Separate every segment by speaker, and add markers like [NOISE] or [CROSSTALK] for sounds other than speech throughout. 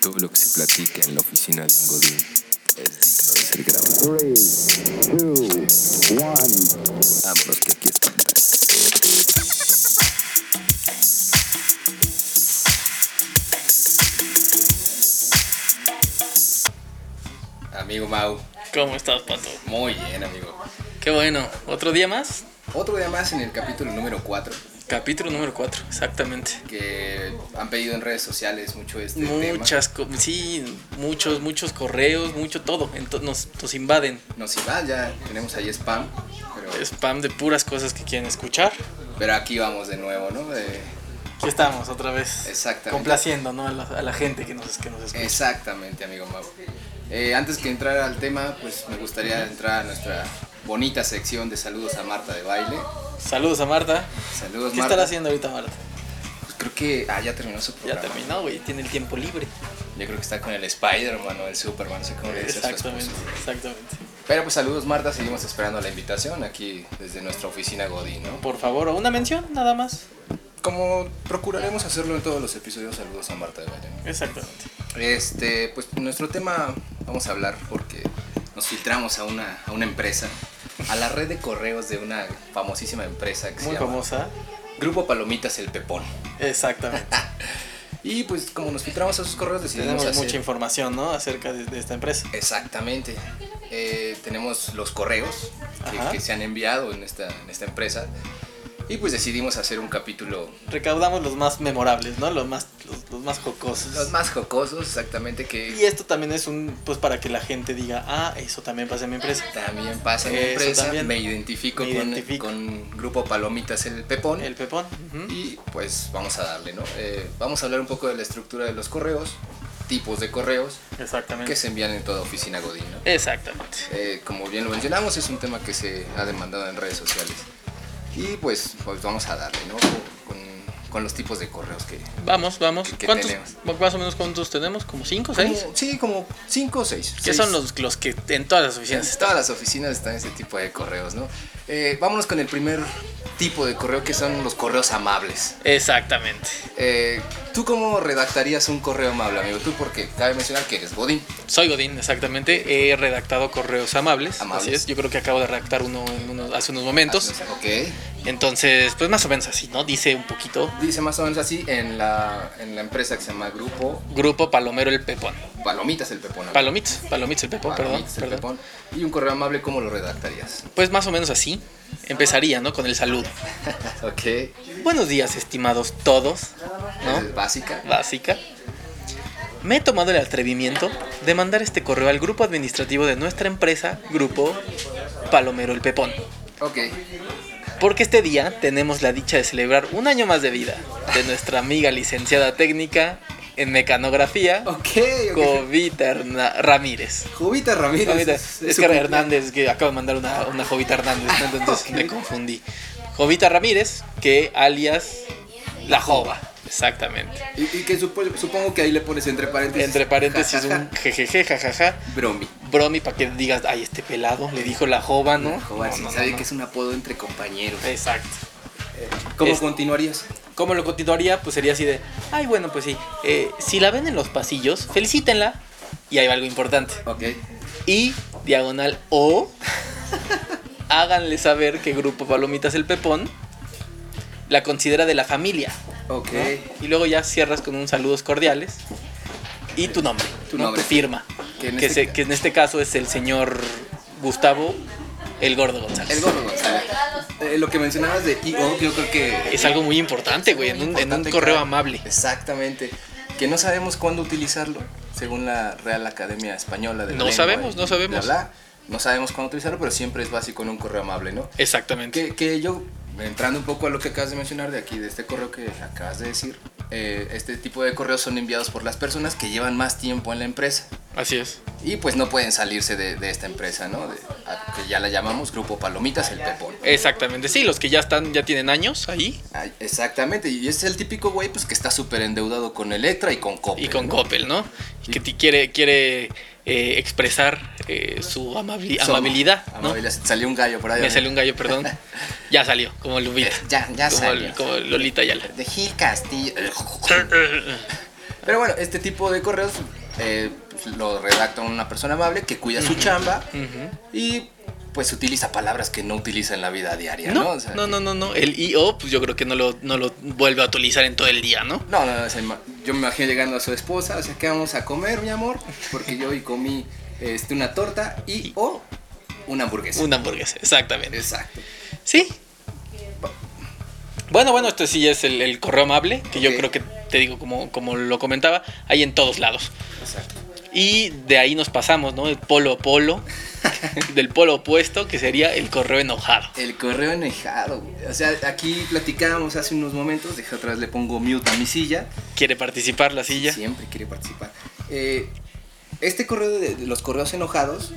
Speaker 1: Todo lo que se platica en la oficina de un godín es digno de ser grabado.
Speaker 2: 3, 2, 1.
Speaker 1: Vámonos que aquí está.
Speaker 3: Amigo Mau,
Speaker 4: ¿Cómo estás, Pato?
Speaker 3: muy bien, amigo.
Speaker 4: Qué bueno. ¿Otro día más?
Speaker 3: Otro día más en el capítulo número 4,
Speaker 4: Capítulo número 4, exactamente.
Speaker 3: que han pedido en redes sociales mucho este tema.
Speaker 4: Muchas, co- sí, muchos, muchos correos, mucho todo. Ento- nos, nos invaden.
Speaker 3: Nos iba, ya tenemos ahí spam, pero,
Speaker 4: Spam de puras cosas que quieren escuchar.
Speaker 3: pero aquí vamos de nuevo, ¿no? Eh,
Speaker 4: Aquí estamos otra vez.
Speaker 3: Exactamente.
Speaker 4: Complaciendo ¿no? a, la, a la gente que nos, que nos escucha.
Speaker 3: exactamente, amigo Mau. Eh, antes que entrar al tema, pues me gustaría entrar a nuestra bonita sección de saludos a Marta de baile.
Speaker 4: Saludos a Marta.
Speaker 3: Eh. Saludos,
Speaker 4: ¿Qué
Speaker 3: Marta.
Speaker 4: estará haciendo ahorita Marta?
Speaker 3: Pues creo que. Ah, ya terminó su
Speaker 4: Ya
Speaker 3: programa.
Speaker 4: terminó, güey. Tiene el tiempo libre.
Speaker 3: Yo creo que está con el Spider-Man o el Superman, no sé cómo le dice a su esposo.
Speaker 4: Exactamente, exactamente.
Speaker 3: Pero pues saludos Marta, seguimos esperando la invitación aquí desde nuestra oficina Godín, ¿no?
Speaker 4: Por favor, una mención nada más.
Speaker 3: Como procuraremos hacerlo en todos los episodios, saludos a Marta de Valle. ¿no?
Speaker 4: Exactamente.
Speaker 3: Este, pues nuestro tema vamos a hablar porque nos filtramos a una, a una empresa, a la red de correos de una famosísima empresa que se
Speaker 4: Muy
Speaker 3: llama
Speaker 4: famosa.
Speaker 3: Grupo Palomitas El Pepón.
Speaker 4: Exactamente.
Speaker 3: Y pues como nos filtramos a sus correos decidimos
Speaker 4: Tenemos
Speaker 3: hacer-
Speaker 4: mucha información, ¿no? Acerca de- de esta empresa.
Speaker 3: Exactamente. Eh, tenemos los correos que,
Speaker 4: Ajá.
Speaker 3: que se han enviado en esta, en esta empresa. Y pues decidimos hacer un capítulo,
Speaker 4: recaudamos los más memorables, ¿no? Los más, los, los más jocosos.
Speaker 3: los más jocosos, exactamente,
Speaker 4: Y
Speaker 3: que
Speaker 4: esto también es un, pues para que la gente diga, ah, eso también pasa en mi empresa.
Speaker 3: también pasa en mi
Speaker 4: Eso
Speaker 3: empresa.
Speaker 4: también.
Speaker 3: Me identifico,
Speaker 4: Me
Speaker 3: con,
Speaker 4: identifico.
Speaker 3: con Grupo Palomitas El Pepón.
Speaker 4: El pepón. ujú.
Speaker 3: Y pues vamos a darle, ¿no? Eh, vamos a hablar un poco de la estructura de los correos, tipos de correos
Speaker 4: Exactamente.
Speaker 3: que se envían en toda oficina Godín, ¿no?
Speaker 4: Exactamente.
Speaker 3: Eh, como bien lo mencionamos, es un tema que se ha demandado en redes sociales. Y pues, pues vamos a darle, ¿no? Con, con los tipos de correos que...
Speaker 4: Vamos, vamos.
Speaker 3: ¿Qué- qué
Speaker 4: ¿Cuántos?
Speaker 3: tenemos?
Speaker 4: Más o menos cuántos tenemos, como cinco, seis.
Speaker 3: Como- sí, como 5 o 6.
Speaker 4: Que son los, los que en todas las oficinas están.
Speaker 3: Todas las oficinas están ese tipo de correos, ¿no? Eh, vámonos con el primer tipo de correo que son los correos amables.
Speaker 4: Exactamente.
Speaker 3: Eh, ¿Tú cómo redactarías un correo amable, amigo? Tú porque cabe mencionar que eres Godín.
Speaker 4: Soy Godín, exactamente. He redactado correos amables.
Speaker 3: Amables.
Speaker 4: Así es. Yo creo que acabo de redactar uno, en unos- hace unos momentos.
Speaker 3: Ok.
Speaker 4: Entonces, pues más o menos así, ¿no? Dice un poquito.
Speaker 3: Dice más o menos así en la, en la empresa que se llama Grupo
Speaker 4: Grupo Palomero el Pepón.
Speaker 3: Palomitas el Pepón. amigo.
Speaker 4: Palomitas, Palomitas el Pepón, perdón.
Speaker 3: Palomitas, el pepón.
Speaker 4: perdón.
Speaker 3: Y un correo amable, ¿cómo lo redactarías? [LAUGHS]
Speaker 4: Pues más o menos así. Empezaría, ¿no? Con el saludo.
Speaker 3: Ok.
Speaker 4: Buenos días, estimados todos,
Speaker 3: Es
Speaker 4: ¿no?
Speaker 3: básica.
Speaker 4: Básica. Me he tomado el atrevimiento de mandar este correo al grupo administrativo de nuestra empresa, Grupo Palomero el Pepón.
Speaker 3: Ok.
Speaker 4: Porque este día tenemos la dicha de celebrar un año más de vida de nuestra amiga licenciada técnica en mecanografía,
Speaker 3: Ok. ok.
Speaker 4: Covita Herna- Ramírez.
Speaker 3: Jovita Ramírez.
Speaker 4: Jovita,
Speaker 3: es-
Speaker 4: es
Speaker 3: su
Speaker 4: que era
Speaker 3: cumple-
Speaker 4: Hernández, que acabo de mandar una, una Jovita Hernández, ¿no? entonces
Speaker 3: ok.
Speaker 4: me confundí. Jovita Ramírez, que alias La Jova, exactamente.
Speaker 3: Y, y que supo- supongo que ahí le pones entre paréntesis.
Speaker 4: pues, Entre
Speaker 3: [LAUGHS]
Speaker 4: paréntesis, un jejeje, jajaja,
Speaker 3: Bromi.
Speaker 4: bromi, para que digas, ay, este pelado, le dijo La Jova, ¿no?
Speaker 3: Joder,
Speaker 4: No,
Speaker 3: sí,
Speaker 4: no,
Speaker 3: sabe
Speaker 4: no,
Speaker 3: que es un apodo entre compañeros.
Speaker 4: no. Exacto.
Speaker 3: ¿Cómo
Speaker 4: es-
Speaker 3: continuarías?
Speaker 4: Como lo continuaría, pues sería así de, ay, bueno, pues sí, eh, si la ven en los pasillos, felicítenla. Y ahí va algo importante.
Speaker 3: Ok.
Speaker 4: y diagonal o háganle saber que Grupo Palomitas el Pepón la considera de la familia.
Speaker 3: Ok.
Speaker 4: ¿no? Y luego ya cierras con un saludos cordiales y tu nombre,
Speaker 3: Tu
Speaker 4: ¿no?
Speaker 3: nombre.
Speaker 4: tu firma.
Speaker 3: Que
Speaker 4: Que,
Speaker 3: en
Speaker 4: en
Speaker 3: este
Speaker 4: este... que en este caso es el señor Gustavo El Gordo González.
Speaker 3: El gordo González. Eh, lo que mencionabas de I.O., yo creo que.
Speaker 4: es algo muy importante, güey, en un, en un
Speaker 3: Importante,
Speaker 4: correo
Speaker 3: claro.
Speaker 4: amable.
Speaker 3: Exactamente. Que no sabemos cuándo utilizarlo, según la Real Academia Española de la
Speaker 4: No
Speaker 3: Lengua
Speaker 4: sabemos,
Speaker 3: y
Speaker 4: no sabemos.
Speaker 3: bla, bla. No sabemos cuándo utilizarlo, pero siempre es básico en un correo amable, ¿no?
Speaker 4: Exactamente.
Speaker 3: Que, que yo, entrando un poco a lo que acabas de mencionar de aquí, de este correo que acabas de decir, eh, este tipo de correos son enviados por las personas que llevan más tiempo en la empresa
Speaker 4: Así es.
Speaker 3: y pues no pueden salirse de, de esta empresa, ¿no? De- a- que ya la llamamos Grupo Palomitas el Pepón.
Speaker 4: Exactamente. Sí, los que ya están, ya tienen años ahí
Speaker 3: Ay, Exactamente, y es el típico güey pues que está súper endeudado con Electra y con Coppel.
Speaker 4: y con
Speaker 3: ¿no?
Speaker 4: Coppel, ¿no? Y que te quiere, quiere eh, expresar eh, su amabili-
Speaker 3: Somos.
Speaker 4: amabilidad, ¿no?
Speaker 3: Amabilidad. Salió un gallo por ahí.
Speaker 4: Me
Speaker 3: ¿no?
Speaker 4: salió un gallo,
Speaker 3: [LAUGHS]
Speaker 4: perdón. Ya salió, como Lupita.
Speaker 3: Ya, ya
Speaker 4: como,
Speaker 3: salió.
Speaker 4: como Lolita Ayala.
Speaker 3: De Gil Castillo. Pero bueno, este tipo de correos eh, pues, lo redacta una persona amable que cuida su chamba y pues utiliza palabras que no utiliza en la vida diaria, ¿no?
Speaker 4: No,
Speaker 3: O sea,
Speaker 4: no, no, no, no. El IO, pues yo creo que no lo, no lo vuelve a utilizar en todo el día, ¿no?
Speaker 3: No, no, no, o sea, ima- yo me imagino llegando a su esposa, o sea, ¿qué vamos a comer, mi amor? Porque yo hoy comí este, una torta y o una hamburguesa.
Speaker 4: Una hamburguesa, exactamente.
Speaker 3: Exacto.
Speaker 4: Sí. Bueno, bueno, este sí es el, el correo amable, que yo
Speaker 3: Ok.
Speaker 4: creo que te digo, como, como lo comentaba, hay en todos lados.
Speaker 3: Exacto.
Speaker 4: Y de ahí nos pasamos, ¿no? El polo
Speaker 3: [LAUGHS]
Speaker 4: a polo, del polo opuesto, que sería el correo enojado.
Speaker 3: El correo enojado, güey. O sea, aquí platicábamos hace unos momentos, deja otra vez le pongo mute a mi silla.
Speaker 4: ¿Quiere participar la silla?
Speaker 3: Siempre quiere participar. Eh, este correo de, de los correos enojados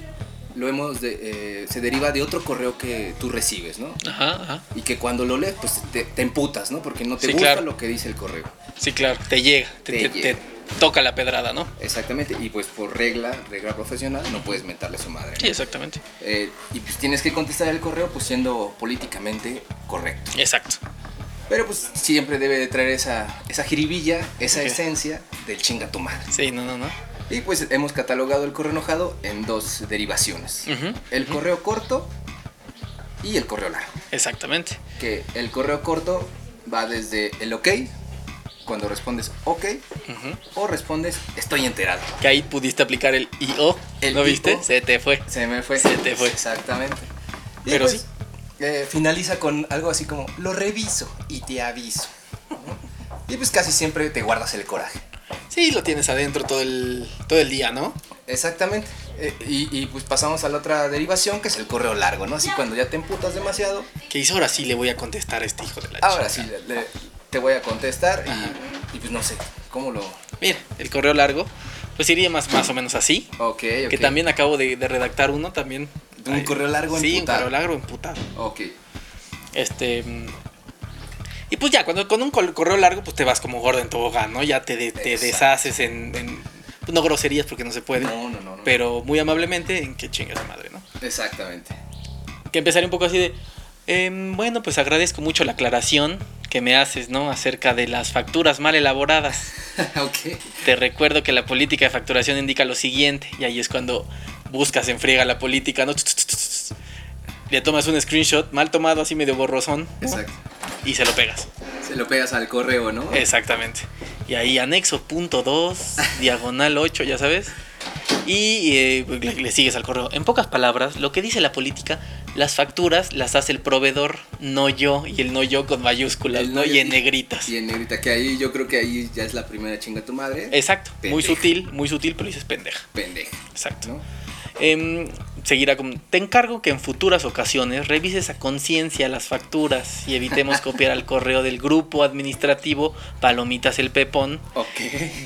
Speaker 3: lo hemos de- eh, se deriva de otro correo que tú recibes, ¿no?
Speaker 4: Ajá, ajá.
Speaker 3: Y que cuando lo lees, pues te, te emputas, ¿no? Porque no te
Speaker 4: Sí,
Speaker 3: gusta
Speaker 4: claro.
Speaker 3: lo que dice el correo.
Speaker 4: Sí, claro, te llega, te,
Speaker 3: Te
Speaker 4: te-
Speaker 3: llega.
Speaker 4: te toca la pedrada, ¿no?
Speaker 3: Exactamente. Y pues por regla, regla profesional, no puedes mentarle a su madre. ¿no?
Speaker 4: Sí, exactamente.
Speaker 3: Eh, y pues tienes que contestar el correo pues siendo políticamente correcto.
Speaker 4: Exacto.
Speaker 3: Pero pues siempre debe de traer esa, esa jiribilla, esa
Speaker 4: Ok.
Speaker 3: esencia del chinga tu madre.
Speaker 4: Sí, no, no, no.
Speaker 3: Y pues hemos catalogado el correo enojado en dos derivaciones.
Speaker 4: Ujú,
Speaker 3: El correo corto y el correo largo.
Speaker 4: Exactamente.
Speaker 3: Que el correo corto va desde el ok, cuando respondes ok,
Speaker 4: Ujú.
Speaker 3: o respondes estoy enterado.
Speaker 4: Que ahí pudiste aplicar el IO.
Speaker 3: El
Speaker 4: ¿No viste?
Speaker 3: IO.
Speaker 4: Se te fue.
Speaker 3: Se me fue.
Speaker 4: Se te fue.
Speaker 3: Exactamente. Y
Speaker 4: Pero
Speaker 3: pues,
Speaker 4: sí.
Speaker 3: eh, finaliza con algo así como lo reviso y te aviso. Y pues casi siempre te guardas el coraje.
Speaker 4: Sí, lo tienes adentro todo el, todo el día, ¿no?
Speaker 3: Exactamente. Eh, y, y, pues pasamos a la otra derivación que es el correo largo, ¿no? Así cuando ya te emputas demasiado,
Speaker 4: Que dice, ahora sí le voy a contestar a este hijo de la
Speaker 3: ahora sí
Speaker 4: chica".
Speaker 3: le- le- te voy a contestar
Speaker 4: Ajá.
Speaker 3: y, y, pues no sé cómo lo.
Speaker 4: Mira, el correo largo, pues iría más, más o menos así.
Speaker 3: Ok, ok.
Speaker 4: Que también acabo de, de redactar uno también.
Speaker 3: De un
Speaker 4: Ay,
Speaker 3: correo largo
Speaker 4: Sí, un
Speaker 3: emputado.
Speaker 4: correo largo emputado.
Speaker 3: Ok.
Speaker 4: Este. mm, Y pues ya, cuando con un col- correo largo, pues te vas como gordo en tobogán, ¿no? Ya te, de- te
Speaker 3: Exacto.
Speaker 4: deshaces en. en- pues, no groserías porque no se puede.
Speaker 3: No, no, no. no.
Speaker 4: Pero muy amablemente en que chingas madre, ¿no?
Speaker 3: Exactamente. [LAUGHS]
Speaker 4: que empezaría un poco así de, em, bueno, pues agradezco mucho la aclaración que me haces, ¿no? Acerca de las facturas mal elaboradas.
Speaker 3: ok.
Speaker 4: Te recuerdo que la política de facturación indica lo siguiente, y ahí es cuando buscas en friega la política, ¿no? Le tomas un screenshot mal tomado, así medio borrosón, ¿no?
Speaker 3: Exacto.
Speaker 4: y se lo pegas.
Speaker 3: Se lo pegas al correo, ¿no?
Speaker 4: Exactamente. Y ahí anexo punto
Speaker 3: [LAUGHS]
Speaker 4: 2, diagonal 8, ya sabes. Y eh, le, le sigues al correo. En pocas palabras, lo que dice la política, las facturas las hace el proveedor, no yo, y el no yo con mayúsculas,
Speaker 3: El
Speaker 4: ¿no?
Speaker 3: no
Speaker 4: Y
Speaker 3: yo-
Speaker 4: en negritas.
Speaker 3: Y en negrita, que ahí yo creo que ahí ya es la primera chinga tu madre.
Speaker 4: Exacto, muy
Speaker 3: Pendeja.
Speaker 4: sutil, muy sutil, pero dices pendeja.
Speaker 3: Pendeja,
Speaker 4: Exacto.
Speaker 3: ¿no?
Speaker 4: Em, seguirá con, te encargo que en futuras ocasiones revises a conciencia las facturas y evitemos copiar al correo del grupo administrativo Palomitas el Pepón
Speaker 3: Ok.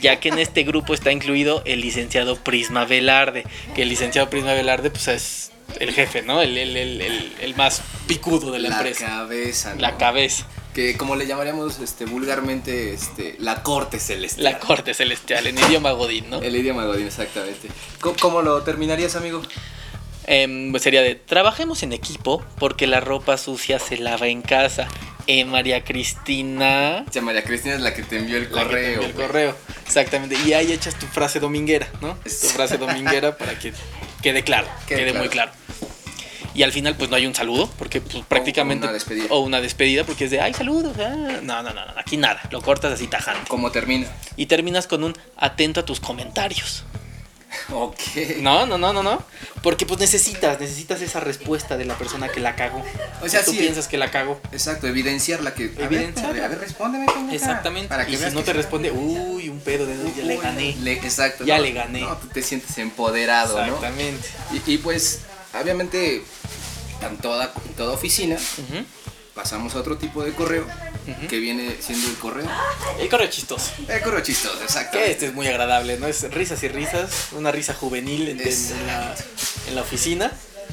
Speaker 4: ya que en este grupo está incluido el licenciado Prisma Velarde, que el licenciado Prisma Velarde pues es el jefe, ¿no? El, el- el- el- el más picudo de la, empresa.
Speaker 3: cabeza, ¿no?
Speaker 4: La cabeza,
Speaker 3: Que como le llamaríamos este, vulgarmente, este, la corte celestial.
Speaker 4: la corte celestial, en idioma godín, ¿no?
Speaker 3: El idioma godín, exactamente. ¿Cómo, cómo lo terminarías, amigo?
Speaker 4: Em, pues sería de, trabajemos en equipo porque la ropa sucia se lava en casa. Eh, María Cristina...
Speaker 3: O sea, María Cristina es la que te envió el
Speaker 4: la que te
Speaker 3: correo.
Speaker 4: envió el
Speaker 3: güey.
Speaker 4: correo, exactamente. Y ahí echas tu frase dominguera, ¿no? Tu frase dominguera para que quede claro,
Speaker 3: Quede
Speaker 4: quede
Speaker 3: claro.
Speaker 4: muy claro. Y al final, pues no hay un saludo, porque pues, prácticamente.
Speaker 3: una despedida.
Speaker 4: o una despedida, porque es de, ay, saludos. ah". No, no, no, no, aquí nada. Lo cortas así tajante.
Speaker 3: ¿Cómo termina?
Speaker 4: Y terminas con un atento a tus comentarios.
Speaker 3: Ok.
Speaker 4: No, no, no, no, no. Porque pues necesitas, necesitas esa respuesta de la persona que la cagó.
Speaker 3: O sea,
Speaker 4: tú
Speaker 3: sí.
Speaker 4: piensas que la cagó.
Speaker 3: Exacto, evidenciar la que. a ver,
Speaker 4: Evidenciar.
Speaker 3: A ver, respóndeme, pendeja.
Speaker 4: Exactamente.
Speaker 3: Para que
Speaker 4: y si
Speaker 3: veas
Speaker 4: no
Speaker 3: que
Speaker 4: te
Speaker 3: sí.
Speaker 4: responde, uy, un pedo de ya le gané.
Speaker 3: Le- exacto.
Speaker 4: Ya
Speaker 3: no,
Speaker 4: le gané.
Speaker 3: No, tú te sientes empoderado, ¿no?
Speaker 4: Exactamente.
Speaker 3: Y, y, pues, obviamente, en toda, en toda oficina
Speaker 4: Ujú.
Speaker 3: pasamos a otro tipo de correo que viene siendo el correo.
Speaker 4: El correo chistoso.
Speaker 3: El correo chistoso, exacto.
Speaker 4: Que este es muy agradable, ¿no? Es risas y risas, una risa juvenil en, en- en la, en la oficina.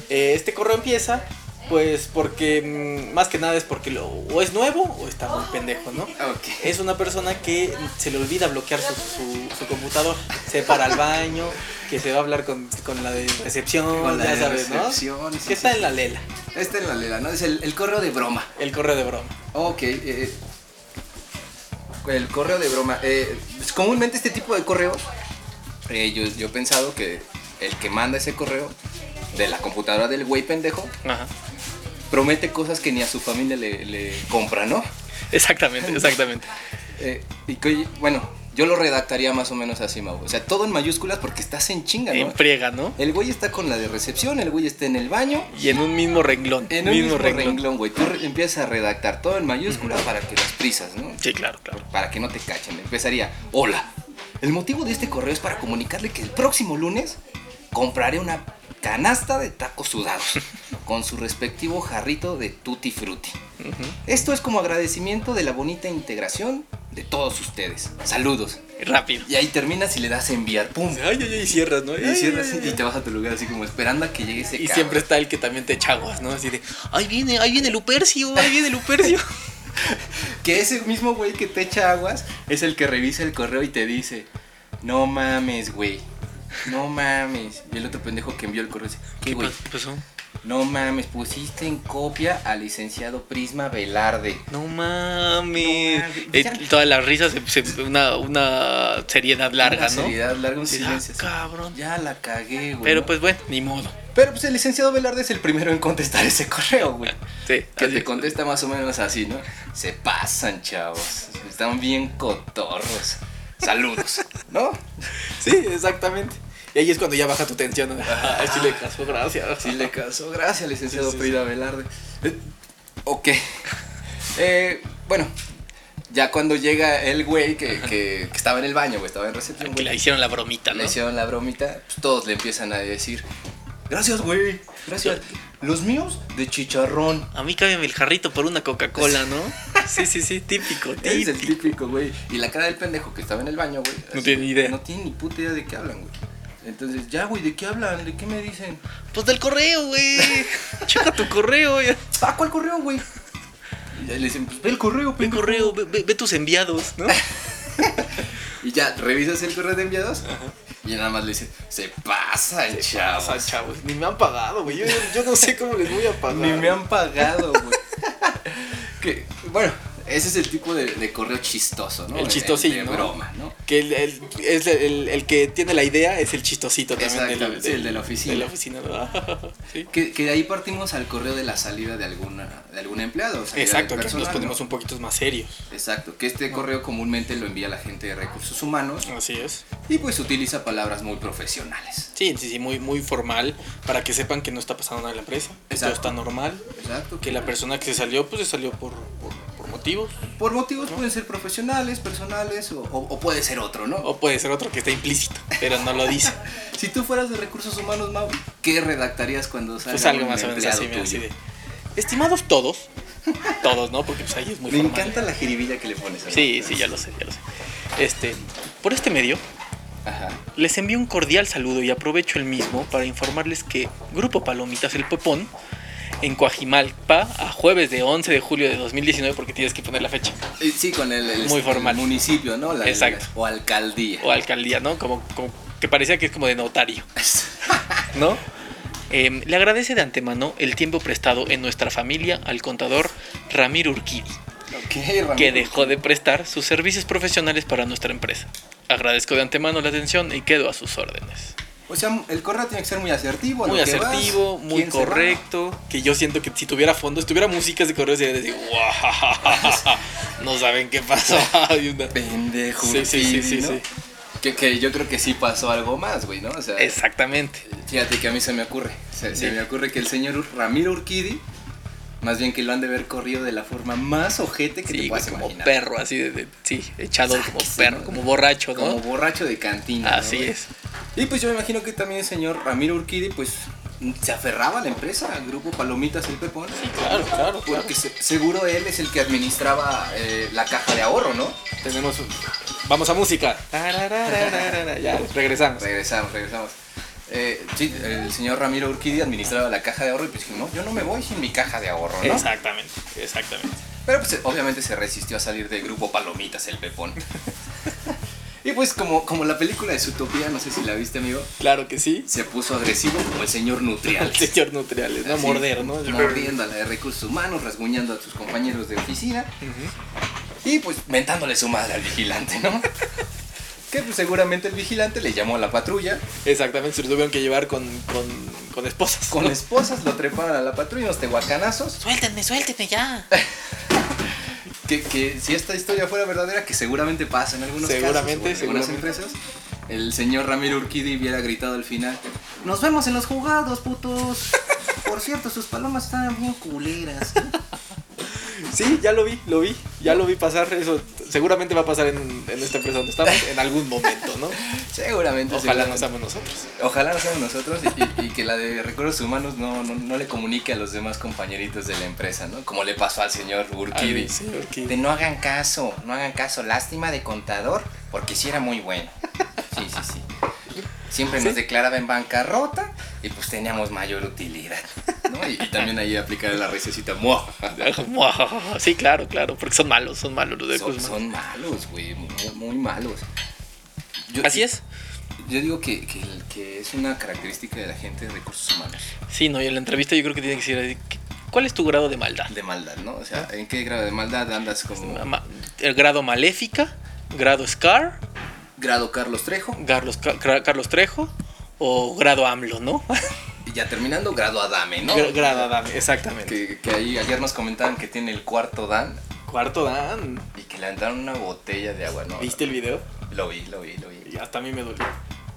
Speaker 4: Eh, este correo empieza, pues, porque mm, más que nada es porque lo, o es nuevo o está muy pendejo, ¿no?
Speaker 3: Ok.
Speaker 4: Es una persona que se le olvida bloquear su, su, su computador, se para al baño, que se va a hablar con, con la de recepción,
Speaker 3: Con la
Speaker 4: ya
Speaker 3: de
Speaker 4: sabes, ¿no?
Speaker 3: recepción, sí,
Speaker 4: Que
Speaker 3: sí,
Speaker 4: está
Speaker 3: sí.
Speaker 4: en la lela,
Speaker 3: Este es la lela, ¿no? Es el, el correo de broma.
Speaker 4: el correo de broma.
Speaker 3: Ok. eh, el correo de broma. eh, pues, comúnmente este tipo de correos eh, yo, yo he pensado que el que manda ese correo de la computadora del güey pendejo
Speaker 4: Ajá.
Speaker 3: promete cosas que ni a su familia le, le compra, ¿no?
Speaker 4: Exactamente, [LAUGHS] exactamente.
Speaker 3: Eh, y que, bueno, yo lo redactaría más o menos así, Mau. O sea, todo en mayúsculas porque estás en chinga, ¿no?
Speaker 4: En priega, ¿no?
Speaker 3: El güey está con la de recepción, el güey está en el baño.
Speaker 4: Y en un mismo renglón.
Speaker 3: En un mismo, renglón, güey. Tú re- empiezas a redactar todo en mayúscula para que las prisas, ¿no?
Speaker 4: Sí, claro, claro.
Speaker 3: Para que no te cachen. Empezaría, hola. El motivo de este correo es para comunicarle que el próximo lunes compraré una canasta de tacos
Speaker 4: [LAUGHS]
Speaker 3: sudados con su respectivo jarrito de tutti frutti.
Speaker 4: Ujú.
Speaker 3: Esto es como agradecimiento de la bonita integración de todos ustedes. Saludos.
Speaker 4: Rápido.
Speaker 3: Y ahí terminas y le das a enviar. ¡Pum!
Speaker 4: Ay, ay, ay, cierras, ¿no?
Speaker 3: Y cierras y te vas a tu lugar así como esperando a que llegue ese
Speaker 4: Y
Speaker 3: cabrón.
Speaker 4: siempre está el que también te echa aguas, ¿no? Así de, ahí viene, ahí viene Lupercio, ahí
Speaker 3: [LAUGHS]
Speaker 4: viene Lupercio.
Speaker 3: Que ese mismo güey que te echa aguas es el que revisa el correo y te dice, no mames, güey. No mames. Y el otro pendejo que envió el correo dice, ¿qué güey?
Speaker 4: pa- pasó?
Speaker 3: No mames, pusiste en copia al licenciado Prisma Velarde.
Speaker 4: No mames.
Speaker 3: No mames.
Speaker 4: Eh,
Speaker 3: Ya-
Speaker 4: todas las risas, se- se- una, una seriedad larga,
Speaker 3: Una
Speaker 4: ¿no?
Speaker 3: seriedad, larga, un
Speaker 4: Sí, ah,
Speaker 3: silencio. así.
Speaker 4: cabrón.
Speaker 3: Ya la cagué, güey.
Speaker 4: Pero
Speaker 3: ¿no?
Speaker 4: pues bueno, ni modo.
Speaker 3: Pero pues el licenciado Velarde es el primero en contestar ese correo, güey.
Speaker 4: Sí,
Speaker 3: Que
Speaker 4: así
Speaker 3: te
Speaker 4: es.
Speaker 3: contesta más o menos así, ¿no? Se pasan, chavos. Están bien cotorros. Saludos, ¿no? [LAUGHS]
Speaker 4: Sí, exactamente. Y ahí es cuando ya baja tu tensión. ¿no? [LAUGHS] Ay, sí le casó, gracias.
Speaker 3: Sí, le casó. Gracias, licenciado
Speaker 4: Sí, sí,
Speaker 3: Frida Velarde. Eh, ok. Eh, bueno, ya cuando llega el güey que, que- que estaba en el baño, güey, estaba en recepción,
Speaker 4: Ah, Que
Speaker 3: güey,
Speaker 4: le hicieron la bromita,
Speaker 3: le
Speaker 4: ¿no?
Speaker 3: hicieron la bromita, pues, todos le empiezan a decir, gracias, güey, gracias. Los míos de chicharrón.
Speaker 4: A mí cámbiame el jarrito por una
Speaker 3: [LAUGHS]
Speaker 4: Coca-Cola, ¿no? Sí, sí, sí, típico,
Speaker 3: Es el
Speaker 4: típico.
Speaker 3: típico, güey. Y la cara del pendejo que estaba en el baño, güey. así,
Speaker 4: tiene idea.
Speaker 3: No tiene ni puta idea de qué hablan, güey. Entonces, ya, güey, ¿de qué hablan? ¿De qué me dicen?
Speaker 4: Pues del correo, güey. Checa tu correo, ya.
Speaker 3: Ah, ¿cuál correo, güey? Y ya le dicen, pues ve el correo,
Speaker 4: Ve el
Speaker 3: pendejo.
Speaker 4: correo, ve, ve- ve tus enviados,
Speaker 3: [LAUGHS]
Speaker 4: ¿no?
Speaker 3: Y ya, revisas el correo de enviados y nada más le dices, se pasa, chavos.
Speaker 4: chavos. Ni me han pagado, güey. Yo, no sé cómo les voy a pagar.
Speaker 3: Ni me han pagado, güey. [LAUGHS] que, bueno, ese es el tipo de, de correo chistoso, ¿no?
Speaker 4: El
Speaker 3: De-
Speaker 4: chistosillo,
Speaker 3: de
Speaker 4: ¿no?
Speaker 3: broma, ¿no?
Speaker 4: Que el, el- es el, el que tiene la idea es el chistosito también.
Speaker 3: Exacto, sí, el de la oficina.
Speaker 4: De la
Speaker 3: [LAUGHS]
Speaker 4: oficina, ¿verdad? Sí.
Speaker 3: Que, que de ahí partimos al correo de la salida de, alguna, de algún empleado. o salida
Speaker 4: [LAUGHS] Exacto,
Speaker 3: del
Speaker 4: que nos
Speaker 3: personal,
Speaker 4: ponemos
Speaker 3: ¿no?
Speaker 4: un poquito más serios.
Speaker 3: Exacto, que este correo comúnmente lo envía la gente de recursos humanos
Speaker 4: Así es.
Speaker 3: y pues utiliza palabras muy profesionales.
Speaker 4: Sí, sí, sí, muy, muy formal para que sepan que no está pasando nada en la empresa. que Todo
Speaker 3: Exacto.
Speaker 4: está normal.
Speaker 3: Exacto.
Speaker 4: Que la persona que se salió, pues se salió por, por, por motivos.
Speaker 3: Por motivos pueden ser profesionales, personales o, o- o puede ser otro, ¿no?
Speaker 4: O puede ser otro que está implícito, pero no
Speaker 3: [LAUGHS]
Speaker 4: lo dice.
Speaker 3: Si tú fueras de recursos humanos, Mau, ¿qué redactarías cuando salga
Speaker 4: Pues algo
Speaker 3: un
Speaker 4: más o menos
Speaker 3: empleado
Speaker 4: así, mira, así
Speaker 3: tuyo?
Speaker 4: de. Estimados todos. Todos, ¿no? Porque pues ahí es muy
Speaker 3: Me
Speaker 4: formal.
Speaker 3: encanta la jiribilla que le pones. a
Speaker 4: Sí,
Speaker 3: la-
Speaker 4: sí, ya lo sé, ya lo sé. Este, por este medio,
Speaker 3: Ajá.
Speaker 4: les envío un cordial saludo y aprovecho el mismo para informarles que Grupo Palomitas El Popón en Coajimalpa a jueves de 11 de julio de 2019 porque tienes que poner la fecha
Speaker 3: Eh, Sí, con el, el-
Speaker 4: Muy
Speaker 3: el
Speaker 4: formal.
Speaker 3: municipio, ¿no? La-
Speaker 4: Exacto.
Speaker 3: o alcaldía. [LAUGHS]
Speaker 4: o alcaldía, ¿no? Como, como que parecía que es como de notario, ¿no? Em, le agradece de antemano el tiempo prestado en nuestra familia al contador Ramiro Urquidi.
Speaker 3: Ok, Ramiro.
Speaker 4: que dejó de prestar sus servicios profesionales para nuestra empresa. Agradezco de antemano la atención y quedo a sus órdenes.
Speaker 3: O sea, el correo tiene que ser muy asertivo.
Speaker 4: Muy
Speaker 3: lo que vas,
Speaker 4: asertivo, muy
Speaker 3: quién se va.
Speaker 4: correcto, que yo siento que si tuviera fondo, si tuviera música ese correo sería decir, "Guau, [LAUGHS] no saben qué pasó. [LAUGHS] Hay una-
Speaker 3: Pendejo.
Speaker 4: Sí, sí, sí, sí,
Speaker 3: ¿no?
Speaker 4: sí.
Speaker 3: Que, que yo creo que sí pasó algo más, güey, ¿no? O sea,
Speaker 4: Exactamente.
Speaker 3: Fíjate que a mí se me ocurre. Se, se
Speaker 4: Sí.
Speaker 3: me ocurre que el señor Ur- Ramiro Urquidi, más bien que lo han de haber corrido de la forma más ojete que
Speaker 4: Sí,
Speaker 3: te
Speaker 4: güey,
Speaker 3: puedas
Speaker 4: como
Speaker 3: imaginar.
Speaker 4: perro, así de, de- sí, echado como
Speaker 3: Sáquese,
Speaker 4: perro,
Speaker 3: ¿no?
Speaker 4: como borracho,
Speaker 3: Como
Speaker 4: ¿no?
Speaker 3: borracho de cantina. ¿no,
Speaker 4: Así
Speaker 3: güey?
Speaker 4: es.
Speaker 3: Y pues yo me imagino que también el señor Ramiro Urquidi, pues se aferraba a la empresa, al grupo Palomitas El Pepón.
Speaker 4: Claro, claro, claro.
Speaker 3: Porque se- seguro él es el que administraba eh, la caja de ahorro, ¿no?
Speaker 4: Tenemos un- Vamos a música. Tararararara, [LAUGHS] Ya, regresamos.
Speaker 3: Regresamos, regresamos. Eh, sí, el señor Ramiro Urquidi administraba la caja de ahorro y pues dijo, no, yo no me voy sin mi caja de ahorro, ¿no?
Speaker 4: Exactamente, exactamente.
Speaker 3: Pero pues obviamente se resistió a salir del grupo Palomitas el
Speaker 4: [LAUGHS]
Speaker 3: Pepón. y pues como, como la película de Zootopia, no sé si la viste amigo,
Speaker 4: Claro que sí.
Speaker 3: se puso agresivo como el señor
Speaker 4: [LAUGHS] al
Speaker 3: Nutriales.
Speaker 4: señor Nutriales, ¿no?
Speaker 3: Así,
Speaker 4: Morder, ¿no?
Speaker 3: Mordiendo a la de recursos humanos, rasguñando a sus compañeros de oficina
Speaker 4: Ujú. [LAUGHS]
Speaker 3: y pues mentándole su madre al vigilante, ¿no? Que pues, seguramente el vigilante le llamó a la patrulla.
Speaker 4: Exactamente, se lo tuvieron que llevar con, con, con esposas.
Speaker 3: Con esposas lo treparon a la patrulla, unos tehuacanazos.
Speaker 4: Suéltenme, suéltenme ya.
Speaker 3: [LAUGHS] que, que si esta historia fuera verdadera, que seguramente pasa en algunos
Speaker 4: Seguramente,
Speaker 3: casos, o en algunas
Speaker 4: seguramente.
Speaker 3: empresas, el señor Ramiro Urquidi hubiera gritado al final, nos vemos en los jugados, putos. Por cierto, sus palomas están bien culeras.
Speaker 4: Sí, ya lo vi, lo vi, ya lo vi pasar. Eso seguramente va a pasar en, en esta empresa donde estamos en algún momento, ¿no?
Speaker 3: seguramente.
Speaker 4: Ojalá
Speaker 3: seguramente.
Speaker 4: no seamos nosotros.
Speaker 3: Ojalá no seamos nosotros y, y- y que la de recursos humanos no, no, no le comunique a los demás compañeritos de la empresa, ¿no? Como le pasó al señor Urquidi.
Speaker 4: Ay, sí, Urquidi.
Speaker 3: De no hagan caso, no hagan caso. Lástima de contador, porque sí era muy bueno. Sí, sí, sí. Siempre nos declaraba en bancarrota y pues teníamos mayor utilidad. ¿no? Y, y también ahí aplicar la risecita. ¡mua!
Speaker 4: Sí, claro, claro, porque son malos, son malos los de
Speaker 3: Son,
Speaker 4: Guzmán.
Speaker 3: son malos, güey, muy, muy malos. Yo-
Speaker 4: Así es.
Speaker 3: Yo digo que, que, que es una característica de la gente de recursos humanos.
Speaker 4: Sí, no, y en la entrevista yo creo que tiene que decir, ¿qué- ¿cuál es tu grado de maldad?
Speaker 3: de maldad, ¿no? O
Speaker 4: Ah.
Speaker 3: sea, ¿en qué grado de maldad andas
Speaker 4: Este
Speaker 3: como
Speaker 4: Ma- El grado maléfica, grado Scar,
Speaker 3: grado Carlos Trejo
Speaker 4: Carlos, Ca- Carlos Trejo o grado AMLO, ¿no?
Speaker 3: y ya terminando grado Adame, [LAUGHS] ¿no?
Speaker 4: Gra- grado Adame, exactamente.
Speaker 3: Que, que ahí ayer nos comentaban que tiene el cuarto Dan
Speaker 4: Cuarto Dan,
Speaker 3: y que le aventaron una botella de agua, ¿no?
Speaker 4: ¿viste el video?
Speaker 3: Lo vi, lo vi, lo vi.
Speaker 4: Y hasta a mí me dolió.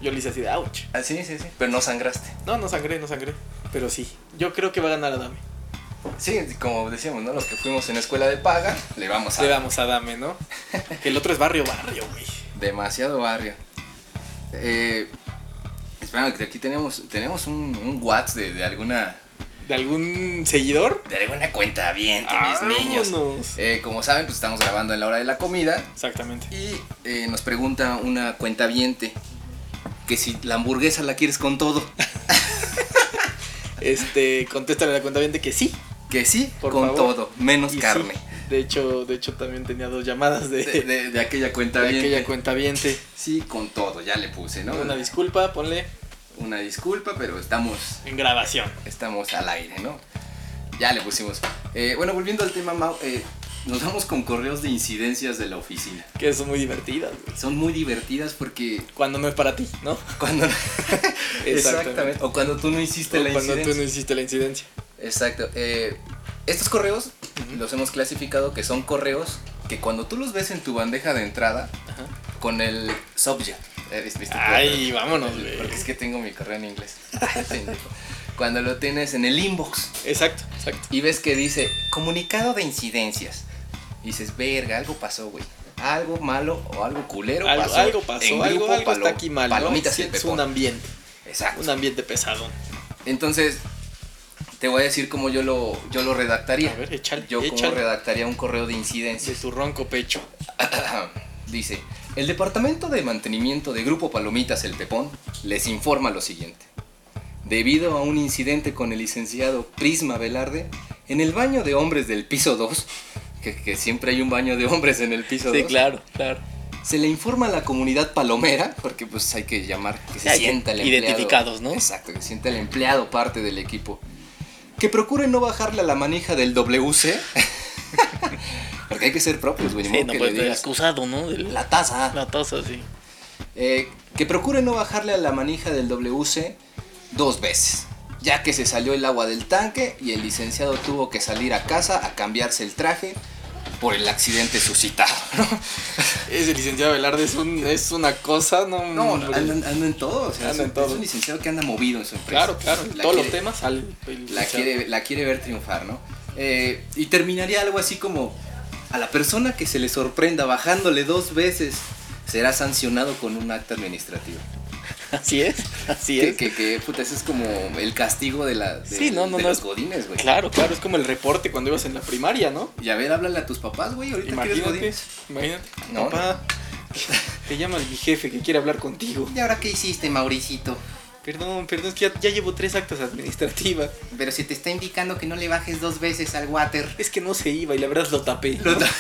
Speaker 4: Yo le hice así de ouch.
Speaker 3: Ah, sí, sí, sí. Pero no sangraste.
Speaker 4: No, no sangré, no sangré. Pero sí, yo creo que va a ganar Adame.
Speaker 3: Sí, como decíamos, ¿no? Los que fuimos en escuela de paga, le vamos a
Speaker 4: Le damos a
Speaker 3: [LAUGHS]
Speaker 4: Adame, ¿no? Que el otro es barrio, barrio, güey.
Speaker 3: demasiado barrio. Eh, esperando que aquí tenemos, tenemos un, un WhatsApp de, de alguna
Speaker 4: ¿De algún seguidor?
Speaker 3: de alguna cuenta bien, mis niños.
Speaker 4: Vámonos.
Speaker 3: Eh, como saben, pues estamos grabando en la hora de la comida
Speaker 4: Exactamente.
Speaker 3: y eh, nos pregunta una cuenta viente que si la hamburguesa la quieres con todo,
Speaker 4: Este, contéstale a la cuenta bien de que sí.
Speaker 3: que sí,
Speaker 4: [LAUGHS] Por
Speaker 3: con
Speaker 4: favor.
Speaker 3: todo, menos
Speaker 4: y sí.
Speaker 3: carne.
Speaker 4: [LAUGHS] De hecho, de hecho también tenía dos llamadas de,
Speaker 3: De, de- de aquella cuenta
Speaker 4: de
Speaker 3: viente.
Speaker 4: aquella cuenta viente.
Speaker 3: Sí, con todo, ya le puse, ¿no?
Speaker 4: Una disculpa, ponle
Speaker 3: Una disculpa, pero estamos,
Speaker 4: en grabación.
Speaker 3: estamos al aire, ¿no? Ya le pusimos. Eh, bueno, volviendo al tema, Mau, eh, nos vamos con correos de incidencias de la oficina.
Speaker 4: Que son muy divertidas, güey.
Speaker 3: Son muy divertidas porque
Speaker 4: Cuando no es para ti, ¿no?
Speaker 3: cuando...
Speaker 4: [LAUGHS]
Speaker 3: O cuando tú no hiciste la
Speaker 4: O cuando
Speaker 3: incidencia.
Speaker 4: tú no hiciste la incidencia.
Speaker 3: Exacto. eh, estos correos los hemos clasificado que son correos que cuando tú los ves en tu bandeja de entrada
Speaker 4: Ajá.
Speaker 3: con el subject. eh, ¿viste? ¿viste?
Speaker 4: Ay, vámonos,
Speaker 3: Porque-
Speaker 4: güey.
Speaker 3: Porque es que tengo mi correo en inglés. [LAUGHS] Pendejo. cuando lo tienes en el inbox
Speaker 4: Exacto, exacto.
Speaker 3: y ves que dice comunicado de incidencias. Y dices, verga, algo pasó, güey. Algo malo o algo culero
Speaker 4: Algo
Speaker 3: pasó.
Speaker 4: algo pasó,
Speaker 3: En
Speaker 4: algo,
Speaker 3: grupo,
Speaker 4: algo está
Speaker 3: palo-
Speaker 4: aquí mal. ¿no?
Speaker 3: Palomitas y el
Speaker 4: Sientes
Speaker 3: pepón.
Speaker 4: un ambiente,
Speaker 3: Exacto.
Speaker 4: un ambiente pesado.
Speaker 3: Entonces, te voy a decir cómo yo lo, yo lo redactaría.
Speaker 4: A ver, échale,
Speaker 3: Yo cómo
Speaker 4: échale.
Speaker 3: redactaría un correo de
Speaker 4: De
Speaker 3: incidencias.
Speaker 4: tu ronco pecho.
Speaker 3: [LAUGHS] Dice, el departamento de mantenimiento de Grupo Palomitas El Pepón les informa lo siguiente. Debido a un incidente con el licenciado Prisma Velarde, en el baño de hombres del piso 2, [LAUGHS] que, que siempre hay un baño de hombres en el piso 2,
Speaker 4: claro, claro.
Speaker 3: se le informa a la comunidad palomera, porque pues hay que llamar, que se
Speaker 4: Hay que-
Speaker 3: sienta el empleado.
Speaker 4: identificados, ¿no?
Speaker 3: Exacto, que sienta el empleado parte del equipo. Que procure no bajarle a la manija del WC. [LAUGHS] porque hay que ser propios, güey. ni
Speaker 4: Sí,
Speaker 3: modo
Speaker 4: no
Speaker 3: que
Speaker 4: puedes
Speaker 3: le
Speaker 4: estar
Speaker 3: digas,
Speaker 4: excusado, ¿no? De la,
Speaker 3: La taza.
Speaker 4: la taza, sí.
Speaker 3: Eh, que procure no bajarle a la manija del WC dos veces, ya que se salió el agua del tanque y el licenciado tuvo que salir a casa a cambiarse el traje por el accidente suscitado. [LAUGHS] ¿no?
Speaker 4: Ese licenciado Velarde es, un, es una cosa, ¿no?
Speaker 3: No,
Speaker 4: hombre.
Speaker 3: anda, anda en todo. o sea,
Speaker 4: Anda
Speaker 3: es, un-
Speaker 4: Mm, pues, en todo.
Speaker 3: es un licenciado que anda movido en su empresa.
Speaker 4: Claro, claro. en
Speaker 3: pues, La
Speaker 4: Todos los
Speaker 3: quiere-
Speaker 4: temas sale el
Speaker 3: La
Speaker 4: licenciado.
Speaker 3: quiere, la quiere ver triunfar, ¿no? Eh, y terminaría algo así como: a la persona que se le sorprenda bajándole dos veces será sancionado con un acta administrativa.
Speaker 4: Así es, así
Speaker 3: Que,
Speaker 4: es.
Speaker 3: que, que, puta, ese es como el castigo de, la, de,
Speaker 4: Sí, no, no,
Speaker 3: de
Speaker 4: no,
Speaker 3: los
Speaker 4: es-
Speaker 3: godines, güey.
Speaker 4: Claro, claro. Es como el reporte cuando ibas en la primaria, ¿no?
Speaker 3: Y a ver, háblale a tus papás, güey. Ahorita que eres
Speaker 4: Imagínate,
Speaker 3: godín.
Speaker 4: imagínate.
Speaker 3: No,
Speaker 4: Papá, te llama mi jefe que quiere hablar contigo.
Speaker 3: ¿Y ahora qué hiciste, Mauricito?
Speaker 4: Perdón, perdón, es que ya, ya llevo tres actas administrativas.
Speaker 3: Pero se te está indicando que no le bajes dos veces al water.
Speaker 4: Es que no se iba y la verdad lo tapé.
Speaker 3: Lo ta-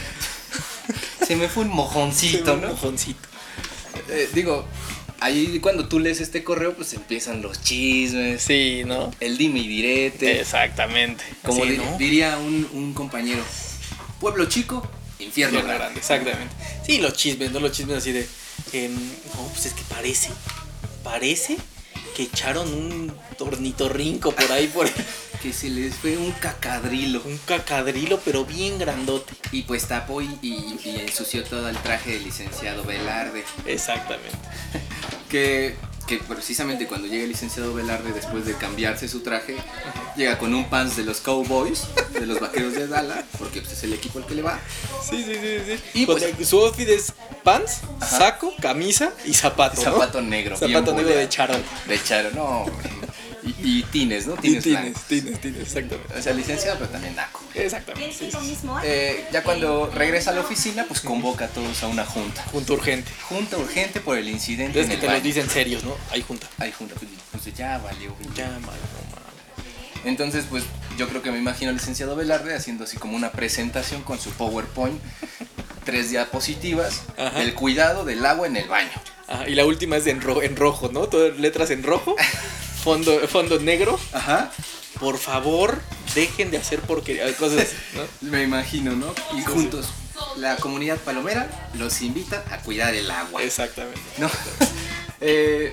Speaker 3: [LAUGHS] se me fue un mojoncito,
Speaker 4: Un
Speaker 3: ¿no?
Speaker 4: mojoncito.
Speaker 3: Eh, digo, ahí cuando tú lees este correo, pues empiezan los chismes,
Speaker 4: Sí, ¿no?
Speaker 3: el dime y
Speaker 4: Este,
Speaker 3: direte.
Speaker 4: Exactamente.
Speaker 3: como
Speaker 4: Sí,
Speaker 3: di-
Speaker 4: ¿no?
Speaker 3: diría un, un compañero, pueblo chico, infierno
Speaker 4: Infierno
Speaker 3: grande.
Speaker 4: grande, exactamente. Sí, los chismes, ¿no? Los chismes así de. Em, no, pues es que parece, parece que echaron un tornitorrinco por ahí, [LAUGHS] por
Speaker 3: Que se les fue un cacadrilo.
Speaker 4: un cacadrilo, pero bien grandote.
Speaker 3: Y pues tapó y, y- y ensució todo el traje del licenciado Velarde.
Speaker 4: Exactamente.
Speaker 3: Que, que precisamente cuando llega el licenciado Velarde, después de cambiarse su traje, llega con un pants de los Cowboys, de los vaqueros de Dallas, porque pues, es el equipo al que le va.
Speaker 4: Sí, sí, sí, sí.
Speaker 3: Y
Speaker 4: Y
Speaker 3: pues-
Speaker 4: su outfit es pants, saco, camisa y zapato. ¿no?
Speaker 3: Zapato negro. bien
Speaker 4: Zapato negro de
Speaker 3: boleado.
Speaker 4: charol.
Speaker 3: De Charo, no. hombre. Y, y tines, ¿no?
Speaker 4: Y
Speaker 3: Tines,
Speaker 4: tienes,
Speaker 3: blancos.
Speaker 4: tienes, tienes, exactamente.
Speaker 3: O sea, licenciado, pero también naco.
Speaker 4: Exactamente. sí,
Speaker 5: Pienso
Speaker 4: sí,
Speaker 5: lo
Speaker 4: sí.
Speaker 5: mismo.
Speaker 3: Eh, ya cuando regresa a la oficina, pues convoca a todos a una junta.
Speaker 4: Junta urgente.
Speaker 3: Junta urgente por el incidente
Speaker 4: Es
Speaker 3: en
Speaker 4: que
Speaker 3: el
Speaker 4: te
Speaker 3: baño.
Speaker 4: lo dicen serios, ¿no? Hay junta.
Speaker 3: Ay, junta, pues, pues, ya valió.
Speaker 4: Ya, mano, no mames.
Speaker 3: Entonces, pues yo creo que me imagino al licenciado Velarde haciendo así como una presentación con su PowerPoint, tres diapositivas,
Speaker 4: Ajá.
Speaker 3: del cuidado del agua en el baño.
Speaker 4: Ajá, y la última es en, ro- en rojo, ¿no? Todas letras en [LAUGHS] rojo. Fondo, fondo negro.
Speaker 3: Ajá.
Speaker 4: Por favor, dejen de hacer porquería. Cosas así, ¿no? [LAUGHS]
Speaker 3: Me imagino, ¿no? Y juntos, la comunidad palomera los invita a cuidar el agua.
Speaker 4: Exactamente.
Speaker 3: ¿no? [LAUGHS] Eh,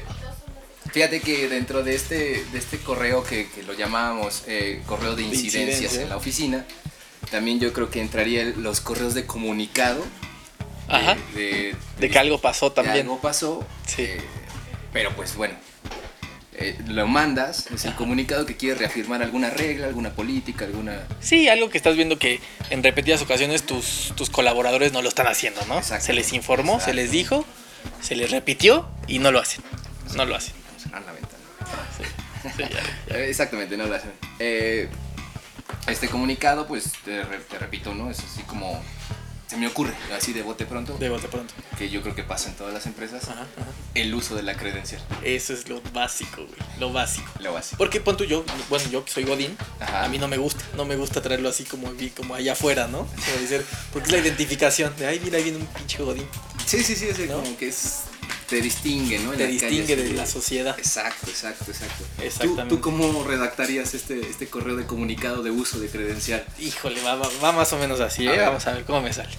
Speaker 3: fíjate que dentro de este, de este correo que, que lo llamábamos eh, correo de incidencias
Speaker 4: incidencia.
Speaker 3: en la oficina, también yo creo que entraría el- los correos de comunicado. de-
Speaker 4: Ajá.
Speaker 3: De,
Speaker 4: Eh, De que algo pasó
Speaker 3: que
Speaker 4: también.
Speaker 3: algo pasó.
Speaker 4: Sí.
Speaker 3: eh, pero pues bueno. eh, lo mandas, es el comunicado que quiere reafirmar alguna regla, alguna política, alguna...
Speaker 4: Sí, algo que estás viendo que en repetidas ocasiones tus, tus colaboradores no lo están haciendo, ¿no?
Speaker 3: Exacto.
Speaker 4: Se les informó, se les
Speaker 3: Exacto.
Speaker 4: dijo, se les repitió y no lo hacen. No lo hacen.
Speaker 3: Ah, la ventana.
Speaker 4: Sí, sí, ya.
Speaker 3: Eh, Exactamente, no gracias. Eh, este comunicado, pues te, re- te repito, ¿no? Es así como. Se me ocurre, así de bote pronto,
Speaker 4: De bote pronto.
Speaker 3: que yo creo que pasa en todas las empresas,
Speaker 4: Ajá, ajá.
Speaker 3: el uso de la credencial.
Speaker 4: Eso es lo básico, güey. Lo básico.
Speaker 3: Lo básico.
Speaker 4: Porque pon tú yo, bueno, yo que soy Godín,
Speaker 3: Ajá.
Speaker 4: a mí no me gusta, no me gusta traerlo así como, vi- como allá afuera, ¿no? Como decir, porque es la identificación de, ay, mira, ahí viene un pinche Godín.
Speaker 3: Sí, sí, sí, es
Speaker 4: ¿No?
Speaker 3: como que es, te distingue, ¿no? En
Speaker 4: Te
Speaker 3: la calle,
Speaker 4: distingue
Speaker 3: así
Speaker 4: de la sociedad.
Speaker 3: Exacto, exacto, exacto. ¿Tú-
Speaker 4: Exactamente.
Speaker 3: ¿Tú, cómo redactarías este, este correo de comunicado de uso de credencial?
Speaker 4: Híjole, va, va- va más o menos así,
Speaker 3: A
Speaker 4: ¿eh?
Speaker 3: ver.
Speaker 4: Vamos a ver cómo me sale.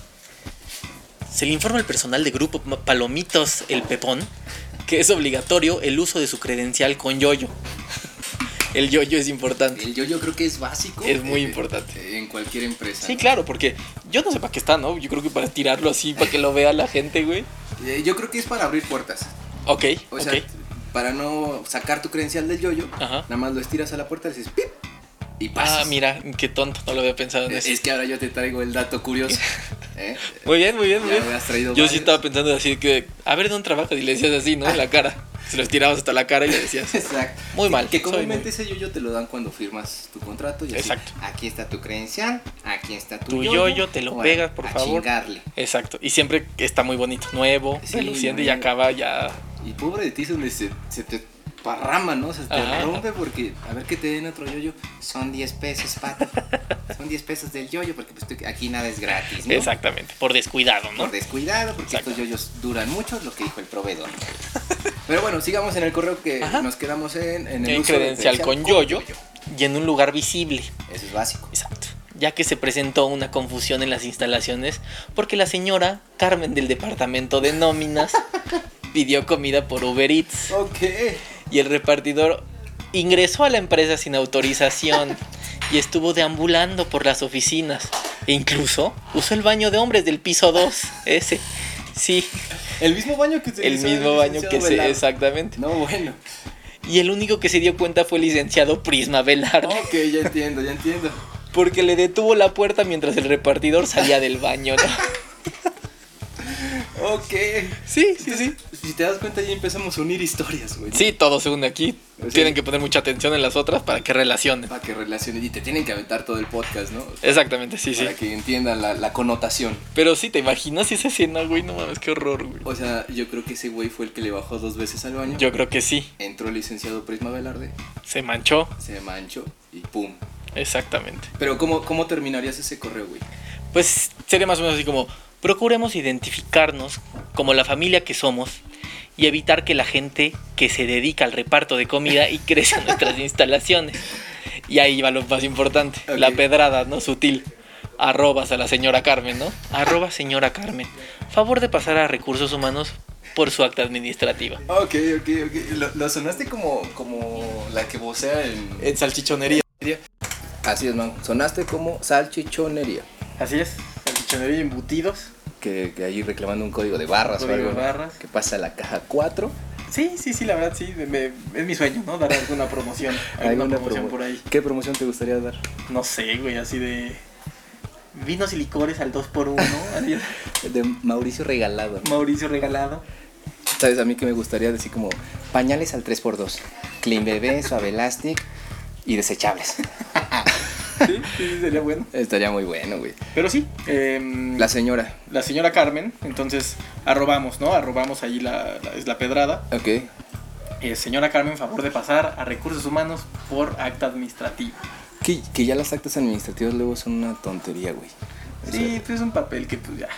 Speaker 4: Se le informa al personal de grupo Ma- Palomitos El Pepón que es obligatorio el uso de su credencial con yoyo. [LAUGHS] El yoyo es importante.
Speaker 3: El yo yo creo que es básico.
Speaker 4: Es muy
Speaker 3: eh,
Speaker 4: importante.
Speaker 3: En cualquier empresa.
Speaker 4: Sí,
Speaker 3: ¿no?
Speaker 4: claro, porque yo no sé para qué está, ¿no? Yo creo que para tirarlo así, para que lo vea la gente, güey.
Speaker 3: Eh, yo creo que es para abrir puertas.
Speaker 4: Ok,
Speaker 3: O
Speaker 4: ok. Ah,
Speaker 3: sea, para no sacar tu credencial del yoyo,
Speaker 4: Ajá.
Speaker 3: nada más lo estiras a la puerta, le dices pip y pasas. Eh,
Speaker 4: Ah, mira, qué tonto, no lo había pensado en
Speaker 3: Es,
Speaker 4: eso.
Speaker 3: es que ahora yo te traigo el dato
Speaker 4: [LAUGHS]
Speaker 3: curioso. ¿eh?
Speaker 4: Muy bien, muy bien, muy
Speaker 3: Ya
Speaker 4: bien.
Speaker 3: me has traído
Speaker 4: Yo sí
Speaker 3: varios.
Speaker 4: estaba pensando así que, a ver, ¿dónde trabajas? Y le decías así, ¿no? En la cara. Se lo estirabas hasta la cara y le decías.
Speaker 3: [LAUGHS] Exacto.
Speaker 4: Muy
Speaker 3: Que-
Speaker 4: mal,
Speaker 3: Que
Speaker 4: soy
Speaker 3: comúnmente
Speaker 4: muy-
Speaker 3: ese yoyo te lo dan cuando firmas tu contrato. Y así,
Speaker 4: Exacto.
Speaker 3: Aquí está tu credencial, aquí está tu,
Speaker 4: Tu
Speaker 3: yoyo.
Speaker 4: yoyo, te lo
Speaker 3: Ahora,
Speaker 4: pegas, por
Speaker 3: a
Speaker 4: favor.
Speaker 3: chingarle.
Speaker 4: Exacto. Y siempre está muy bonito, nuevo,
Speaker 3: Sí,
Speaker 4: reluciente y
Speaker 3: nuevo.
Speaker 4: acaba ya.
Speaker 3: Y pobre de ti, se, me- se- se te parrama, ¿no? Se te
Speaker 4: Ajá.
Speaker 3: rompe porque a ver que te den otro yoyo. Son 10 pesos, pato.
Speaker 4: [LAUGHS]
Speaker 3: Son 10 pesos del yoyo porque pues, tú- aquí nada es gratis, ¿no?
Speaker 4: Exactamente. Por descuidado, ¿no?
Speaker 3: por descuidado, porque
Speaker 4: Exacto.
Speaker 3: estos yoyos duran mucho, es lo que dijo el proveedor. Pero bueno, sigamos en el correo que
Speaker 4: Ajá.
Speaker 3: nos quedamos en, en el
Speaker 4: En
Speaker 3: uso de
Speaker 4: credencial con yoyo y en un lugar visible.
Speaker 3: Eso es básico.
Speaker 4: Exacto. Ya que se presentó una confusión en las instalaciones porque la señora Carmen del departamento
Speaker 3: [LAUGHS]
Speaker 4: de nóminas pidió comida por Uber Eats.
Speaker 3: Ok.
Speaker 4: y el repartidor ingresó a la empresa sin autorización y estuvo deambulando por las oficinas e incluso usó el baño de hombres del piso 2, ese. Sí,
Speaker 3: El mismo baño que se
Speaker 4: el mismo baño que se exactamente.
Speaker 3: No, bueno.
Speaker 4: Y el único que se dio cuenta fue el licenciado Prisma Velarde,
Speaker 3: Ok, ya entiendo, ya entiendo.
Speaker 4: porque le detuvo la puerta mientras el repartidor salía del baño. ¿no?
Speaker 3: Ok.
Speaker 4: Sí, sí, sí.
Speaker 3: Si te das cuenta, ya empezamos a unir historias, güey.
Speaker 4: Sí, todo se une aquí.
Speaker 3: Sí.
Speaker 4: Tienen que poner mucha atención en las otras para que relacionen.
Speaker 3: Para que relaciones. Y te tienen que aventar todo el podcast, ¿no?
Speaker 4: Exactamente, sí, sí.
Speaker 3: Para que entiendan la, la connotación.
Speaker 4: Pero sí, ¿te imaginas esa escena, güey? No mames, qué horror, güey.
Speaker 3: O sea, yo creo que ese güey fue el que le bajó dos veces al baño.
Speaker 4: Yo creo que sí.
Speaker 3: Entró el licenciado Prisma Velarde,
Speaker 4: Se manchó,
Speaker 3: se manchó y pum,
Speaker 4: exactamente.
Speaker 3: Pero ¿cómo, cómo terminarías ese correo, güey?
Speaker 4: Pues sería más o menos así como, procuremos identificarnos como la familia que somos y evitar que la gente que se dedica al reparto de comida ingrese a
Speaker 6: [LAUGHS]
Speaker 4: nuestras instalaciones. Y ahí va lo más importante,
Speaker 3: Ok.
Speaker 4: la pedrada, ¿no? Sutil. Arrobas a la señora Carmen, ¿no? Arroba señora Carmen. Favor de pasar a recursos humanos
Speaker 6: por su acta administrativa.
Speaker 3: Ah, Ok, ok, ok. Lo, lo sonaste como, como la que vocea en...
Speaker 6: En salchichonería.
Speaker 3: Así es, man. Sonaste como salchichonería.
Speaker 6: Así es, salchichonería y embutidos.
Speaker 3: Que, que ahí reclamando un código de barras
Speaker 6: Código
Speaker 3: o algo.
Speaker 6: de
Speaker 3: ¿no?
Speaker 6: barras.
Speaker 3: Que pasa a la caja 4.
Speaker 6: Sí, sí, sí, la verdad sí, me- es mi sueño, ¿no? Dar alguna promoción, alguna promoción por ahí.
Speaker 3: ¿Qué promoción te gustaría dar?
Speaker 6: No sé, güey, así de vinos y licores al 2x1,
Speaker 3: [LAUGHS] De Mauricio Regalado.
Speaker 6: Mauricio regalado.
Speaker 3: ¿Sabes? A mí que me gustaría decir como pañales al 3x2. Clean Bebé, Suave Elastic y desechables. [LAUGHS]
Speaker 6: Sí, sí, sería bueno.
Speaker 3: Estaría muy bueno, güey.
Speaker 6: Pero sí, em,
Speaker 3: La señora.
Speaker 6: la señora Carmen, entonces arrobamos, ¿no? Arrobamos ahí la, la- es la pedrada.
Speaker 3: Ok.
Speaker 6: Eh, señora Carmen, favor de pasar a recursos humanos por acta administrativa.
Speaker 3: Que, que ya las actas administrativas luego son una tontería, güey. O sea,
Speaker 6: Sí, pues es un papel que pues ya.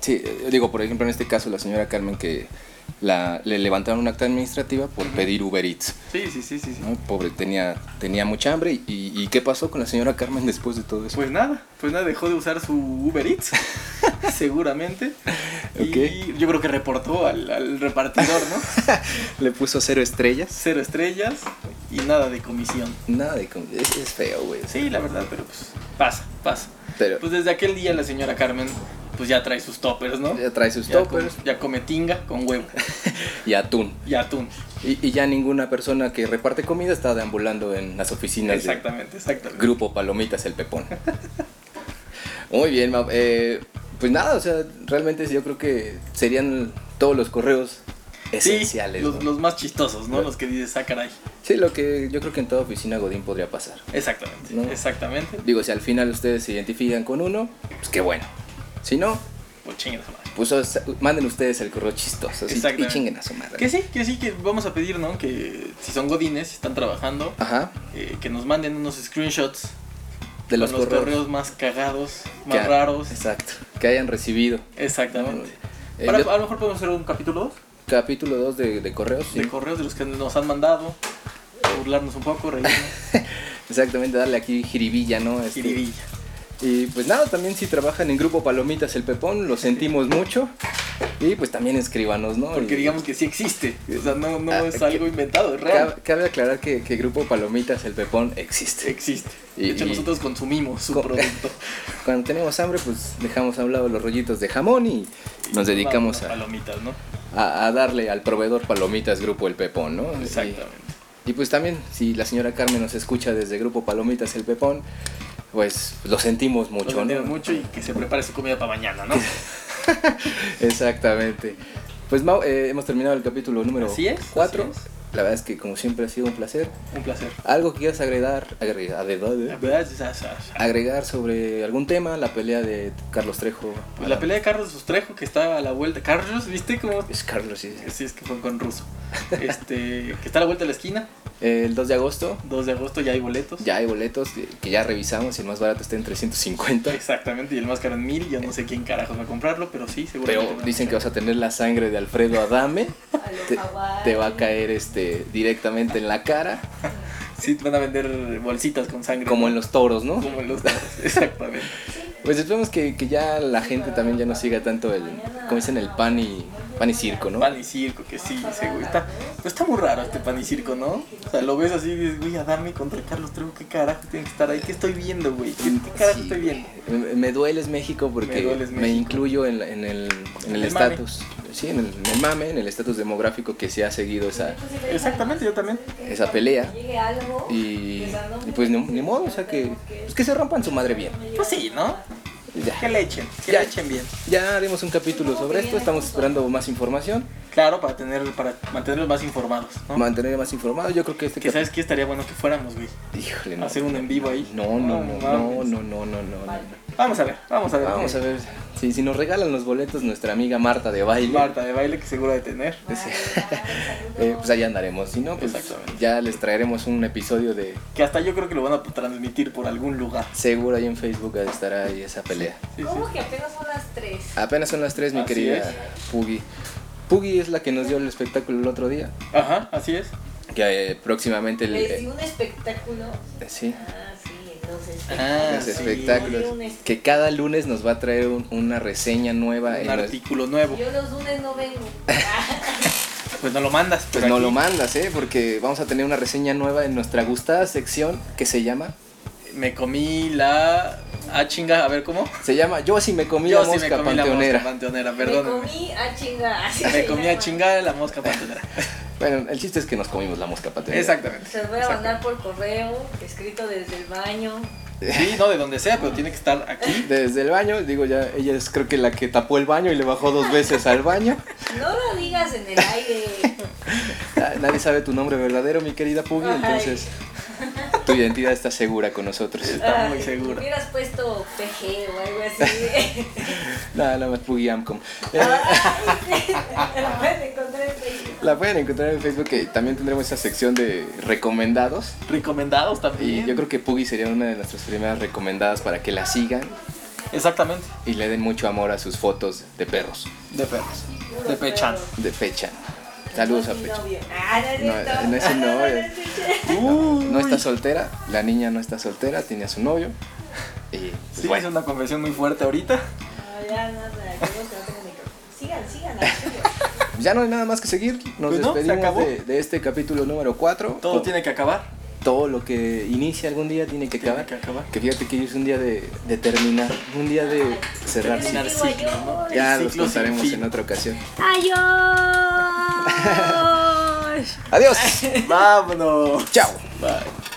Speaker 3: Sí, eh, digo, por ejemplo, en este caso, la señora Carmen que la, le levantaron un acta administrativa por pedir Uber Eats.
Speaker 6: Sí, sí, sí, sí, sí.
Speaker 3: ¿no? Pobre, tenía, tenía mucha hambre. Y, y qué pasó con la señora Carmen después de todo eso?
Speaker 6: Pues nada, pues nada, dejó de usar su Uber Eats, [LAUGHS] seguramente. Y
Speaker 3: Ok.
Speaker 6: yo creo que reportó al, al repartidor,
Speaker 3: [LAUGHS]
Speaker 6: ¿no?
Speaker 3: le puso cero estrellas.
Speaker 6: Cero estrellas y nada de comisión.
Speaker 3: Nada de. con- Es, es feo, güey.
Speaker 6: Sí, la verdad, pero pues pasa, pasa.
Speaker 3: Pero
Speaker 6: Pues desde aquel día la señora Carmen pues ya trae sus toppers, ¿no?
Speaker 3: ya trae sus
Speaker 6: Ya
Speaker 3: toppers
Speaker 6: come- ya come tinga con huevo
Speaker 3: y atún.
Speaker 6: y atún.
Speaker 3: Y, y ya ninguna persona que reparte comida está deambulando en [LAUGHS] las oficinas de-
Speaker 6: Exactamente, exactamente.
Speaker 3: Grupo Palomitas El Pepón. [LAUGHS] Muy bien, Mau. Eh, pues nada, o sea, realmente yo creo que serían todos los correos
Speaker 6: Sí,
Speaker 3: esenciales. ¿no?
Speaker 6: los, los más chistosos, ¿no? Los que dices, ah, caray.
Speaker 3: Sí, lo que yo creo que en toda oficina Godín podría pasar.
Speaker 6: Exactamente,
Speaker 3: No.
Speaker 6: exactamente.
Speaker 3: Digo, si al final ustedes se identifican con uno, pues qué bueno. Si no,
Speaker 6: Pues chingue la madre.
Speaker 3: pues os- manden ustedes el correo chistoso sí, y
Speaker 6: Exactamente.
Speaker 3: chinguen a su madre.
Speaker 6: Que sí, que sí, que vamos a pedir, ¿no? Que si son godines, si están trabajando,
Speaker 3: Ajá,
Speaker 6: eh, que nos manden unos screenshots
Speaker 3: de los,
Speaker 6: con los
Speaker 3: correos,
Speaker 6: correos. más cagados,
Speaker 3: que
Speaker 6: más
Speaker 3: ha-
Speaker 6: raros.
Speaker 3: Exacto, que hayan recibido.
Speaker 6: Exactamente.
Speaker 3: Eh,
Speaker 6: Para-
Speaker 3: yo-
Speaker 6: a lo mejor podemos hacer un capítulo 2
Speaker 3: capítulo 2 de, de correos. sí.
Speaker 6: de correos de los que nos han mandado, burlarnos un
Speaker 3: [LAUGHS]
Speaker 6: poco, reírnos,
Speaker 3: Exactamente, darle aquí jiribilla, ¿no? Este,
Speaker 6: jiribilla.
Speaker 3: Y pues nada, también si trabajan en Grupo Palomitas El Pepón, lo sentimos mucho. Y pues también escríbanos, ¿no?
Speaker 6: Porque
Speaker 3: Y-
Speaker 6: digamos que sí existe, o sea, no, no
Speaker 3: Ah,
Speaker 6: es
Speaker 3: que-
Speaker 6: algo inventado, es real.
Speaker 3: Cabe, cabe aclarar que, que Grupo Palomitas El Pepón existe.
Speaker 6: Existe.
Speaker 3: Y-
Speaker 6: De hecho,
Speaker 3: y-
Speaker 6: nosotros consumimos su
Speaker 3: Co-
Speaker 6: producto.
Speaker 3: Cuando tenemos hambre, pues dejamos a un lado los rollitos de jamón y [LAUGHS] nos dedicamos
Speaker 6: Unas
Speaker 3: a,
Speaker 6: Palomitas, ¿no?
Speaker 3: a- a darle al proveedor Palomitas Grupo El Pepón, ¿no?
Speaker 6: Exactamente.
Speaker 3: Y, y, pues también, si la señora Carmen nos escucha desde Grupo Palomitas El Pepón, pues lo sentimos
Speaker 6: Lo
Speaker 3: mucho,
Speaker 6: vendemos
Speaker 3: ¿no?
Speaker 6: mucho y que se prepare su comida para mañana,
Speaker 3: [LAUGHS]
Speaker 6: ¿no?
Speaker 3: Exactamente. Pues Mau, eh, hemos terminado el capítulo número
Speaker 6: Así es, así
Speaker 3: 4.
Speaker 6: es.
Speaker 3: La verdad es que como siempre ha sido un placer.
Speaker 6: Un placer.
Speaker 3: ¿Algo que quieras agregar, agregar,
Speaker 6: La
Speaker 3: agregar, eh,
Speaker 6: verdad es esa- esa- esa.
Speaker 3: agregar sobre algún tema? La pelea de Carlos Trejo.
Speaker 6: Pues la pelea de Carlos Sustrejo que está a la vuelta. Carlos, ¿viste cómo?
Speaker 3: Es Carlos, sí.
Speaker 6: Sí, es que fue
Speaker 3: [LAUGHS]
Speaker 6: con ruso. Este, que está a la vuelta de la esquina.
Speaker 3: El 2 de agosto
Speaker 6: 2 de agosto ya hay boletos.
Speaker 3: ya hay boletos que, que ya revisamos y el más barato está en 350.
Speaker 6: Exactamente, y el más caro en mil. Yo no sé quién carajos va a comprarlo, pero sí, seguramente.
Speaker 3: Pero
Speaker 6: van a
Speaker 3: dicen que
Speaker 6: comprar.
Speaker 3: vas a tener la sangre de Alfredo Adame. Te,
Speaker 5: Hawái.
Speaker 3: te va a caer este directamente en la cara,
Speaker 6: Sí, van a vender bolsitas con sangre.
Speaker 3: como
Speaker 6: ¿no?
Speaker 3: en los toros, ¿no?
Speaker 6: Como en los. [LAUGHS] Exactamente.
Speaker 3: Pues esperemos que, que ya la gente también ya no siga tanto el, como dicen, el pan y, pan y circo, ¿no?
Speaker 6: Pan y circo, que sí, seguro. Está, pero está muy raro este pan y circo, ¿no? O sea, lo ves así y dices, güey, Adame contra Carlos Trejo, ¿qué carajo tiene que estar ahí? ¿Qué estoy viendo, güey? ¿Qué, qué carajo
Speaker 3: Sí,
Speaker 6: estoy viendo?
Speaker 3: Me, me dueles México porque me,
Speaker 6: Me dueles México.
Speaker 3: incluyo en, la- en el en el
Speaker 6: El mame.
Speaker 3: estatus, sí, en el, en el mame, en el estatus demográfico que se ha seguido esa,
Speaker 6: Exactamente, yo también.
Speaker 3: esa pelea. Y, y pues ni, ni modo, o sea que, pues que se rompan su madre bien.
Speaker 6: Pues sí, ¿no? Que
Speaker 3: Ya,
Speaker 6: le echen, que
Speaker 3: Ya.
Speaker 6: le echen bien.
Speaker 3: ya haremos un capítulo sobre esto, estamos esperando más información,
Speaker 6: Claro, para tener, para mantenerlos más informados, ¿no?
Speaker 3: mantener más informado, yo creo que este
Speaker 6: que
Speaker 3: capítulo...
Speaker 6: sabes que estaría bueno que fuéramos, güey.
Speaker 3: Híjole, no.
Speaker 6: hacer un en vivo ahí.
Speaker 3: No, no, no,
Speaker 6: No
Speaker 3: no,
Speaker 6: mames.
Speaker 3: no, no, no, no, no.
Speaker 6: Vamos a ver, vamos a ver.
Speaker 3: Vamos
Speaker 6: qué-
Speaker 3: a ver. Sí, si nos regalan los boletos nuestra amiga Marta de baile.
Speaker 6: Marta de baile que seguro de tener.
Speaker 3: Sí. Eh, pues allá andaremos. Si no, pues
Speaker 6: Exactamente.
Speaker 3: ya les traeremos un episodio de.
Speaker 6: Que hasta yo creo que lo van a transmitir por algún lugar.
Speaker 3: Seguro ahí en Facebook estará ahí esa pelea.
Speaker 6: Sí, pues, sí.
Speaker 5: ¿Cómo que apenas son las 3?
Speaker 3: Apenas son las tres, mi
Speaker 6: Así
Speaker 3: querida
Speaker 6: es.
Speaker 3: Pugi. Pugi es la que nos dio el espectáculo el otro día.
Speaker 6: Ajá, así es.
Speaker 3: Que eh, próximamente el.
Speaker 5: Les di
Speaker 3: eh,
Speaker 5: un espectáculo.
Speaker 3: sí.
Speaker 5: Ah, sí, entonces.
Speaker 6: Ah,
Speaker 3: los
Speaker 6: sí.
Speaker 3: espectáculos. Que cada lunes nos va a traer un- una reseña nueva. en
Speaker 6: Un
Speaker 3: los-
Speaker 6: artículo nuevo.
Speaker 5: Yo los lunes no vengo. Ah,
Speaker 6: pues no lo mandas.
Speaker 3: Pues
Speaker 6: pero
Speaker 3: no
Speaker 6: aquí-
Speaker 3: lo mandas, ¿eh? Porque vamos a tener una reseña nueva en nuestra gustada sección que se llama.
Speaker 6: Me comí la. Ah, chinga, a ver cómo.
Speaker 3: Se llama Yo si me comí la
Speaker 6: sí
Speaker 3: mosca
Speaker 6: la
Speaker 3: panteonera.
Speaker 6: mosca panteonera,
Speaker 5: Me
Speaker 6: perdón.
Speaker 5: comí a chingar. así
Speaker 6: Me
Speaker 5: se
Speaker 6: comí a
Speaker 5: llama.
Speaker 6: chingar la mosca
Speaker 3: [LAUGHS]
Speaker 6: panteonera.
Speaker 3: Bueno, el chiste es que nos comimos la mosca panteonera.
Speaker 6: Exactamente.
Speaker 5: Se los voy a
Speaker 6: exacto.
Speaker 5: mandar por correo, escrito desde el baño.
Speaker 6: Sí, no de donde sea, pero tiene que estar aquí.
Speaker 3: Desde el baño, digo ya, ella es creo que la que tapó el baño y le bajó dos veces al baño.
Speaker 5: No lo digas en el aire.
Speaker 3: Ah, Nadie sabe tu nombre verdadero, mi querida Pugi,
Speaker 5: Ay.
Speaker 3: entonces tu identidad está segura con nosotros.
Speaker 6: Está muy
Speaker 5: Ay,
Speaker 6: segura.
Speaker 5: Hubieras puesto PG o algo así. [LAUGHS]
Speaker 3: Nada, nada más Pugi Amcom. Eh,
Speaker 5: Ay, puedes encontrar en Facebook.
Speaker 3: la pueden encontrar en Facebook, que también tendremos esa sección de recomendados.
Speaker 6: Recomendados
Speaker 3: Y
Speaker 6: también.
Speaker 3: yo creo que Pugi sería una de nuestras primeras recomendadas para que la sigan
Speaker 6: Exactamente.
Speaker 3: y le den mucho amor a sus fotos de perros,
Speaker 6: De perros.
Speaker 5: Puro
Speaker 6: De pechan.
Speaker 5: perro.
Speaker 3: de Pecha. Saludos a
Speaker 5: Mi
Speaker 3: Pecha.
Speaker 5: novio. Ah, no es
Speaker 3: No,
Speaker 5: cierto.
Speaker 3: no es el novio.
Speaker 5: [LAUGHS] No es cierto.
Speaker 3: No está soltera, la niña no está soltera, tiene a su novio. Y pues,
Speaker 6: Sí, es
Speaker 3: bueno,
Speaker 6: una confesión muy fuerte ahorita.
Speaker 5: No, ya, no, no, tengo que no tengo micrófono. Sigan,
Speaker 3: [LAUGHS]
Speaker 5: sigan. a los suyos.
Speaker 3: ya no hay nada más que seguir. Nos
Speaker 6: Pues no, se
Speaker 3: despedimos
Speaker 6: acabó.
Speaker 3: de, de este capítulo número 4.
Speaker 6: Todo tiene que acabar.
Speaker 3: todo lo que inicia algún día tiene que
Speaker 6: Tiene
Speaker 3: acabar.
Speaker 6: que acabar.
Speaker 3: Que fíjate que hoy es un día de, de terminar, un día de cerrar.
Speaker 6: Terminar
Speaker 5: Digo
Speaker 6: ciclo,
Speaker 5: yo.
Speaker 6: ¿no?
Speaker 3: Ya
Speaker 6: El
Speaker 3: los
Speaker 6: ciclo sin
Speaker 3: contaremos
Speaker 6: fin.
Speaker 3: en otra ocasión.
Speaker 5: ¡Adiós!
Speaker 3: Adiós. [LAUGHS]
Speaker 6: [LAUGHS] Vámonos.
Speaker 3: Chao.
Speaker 6: Bye.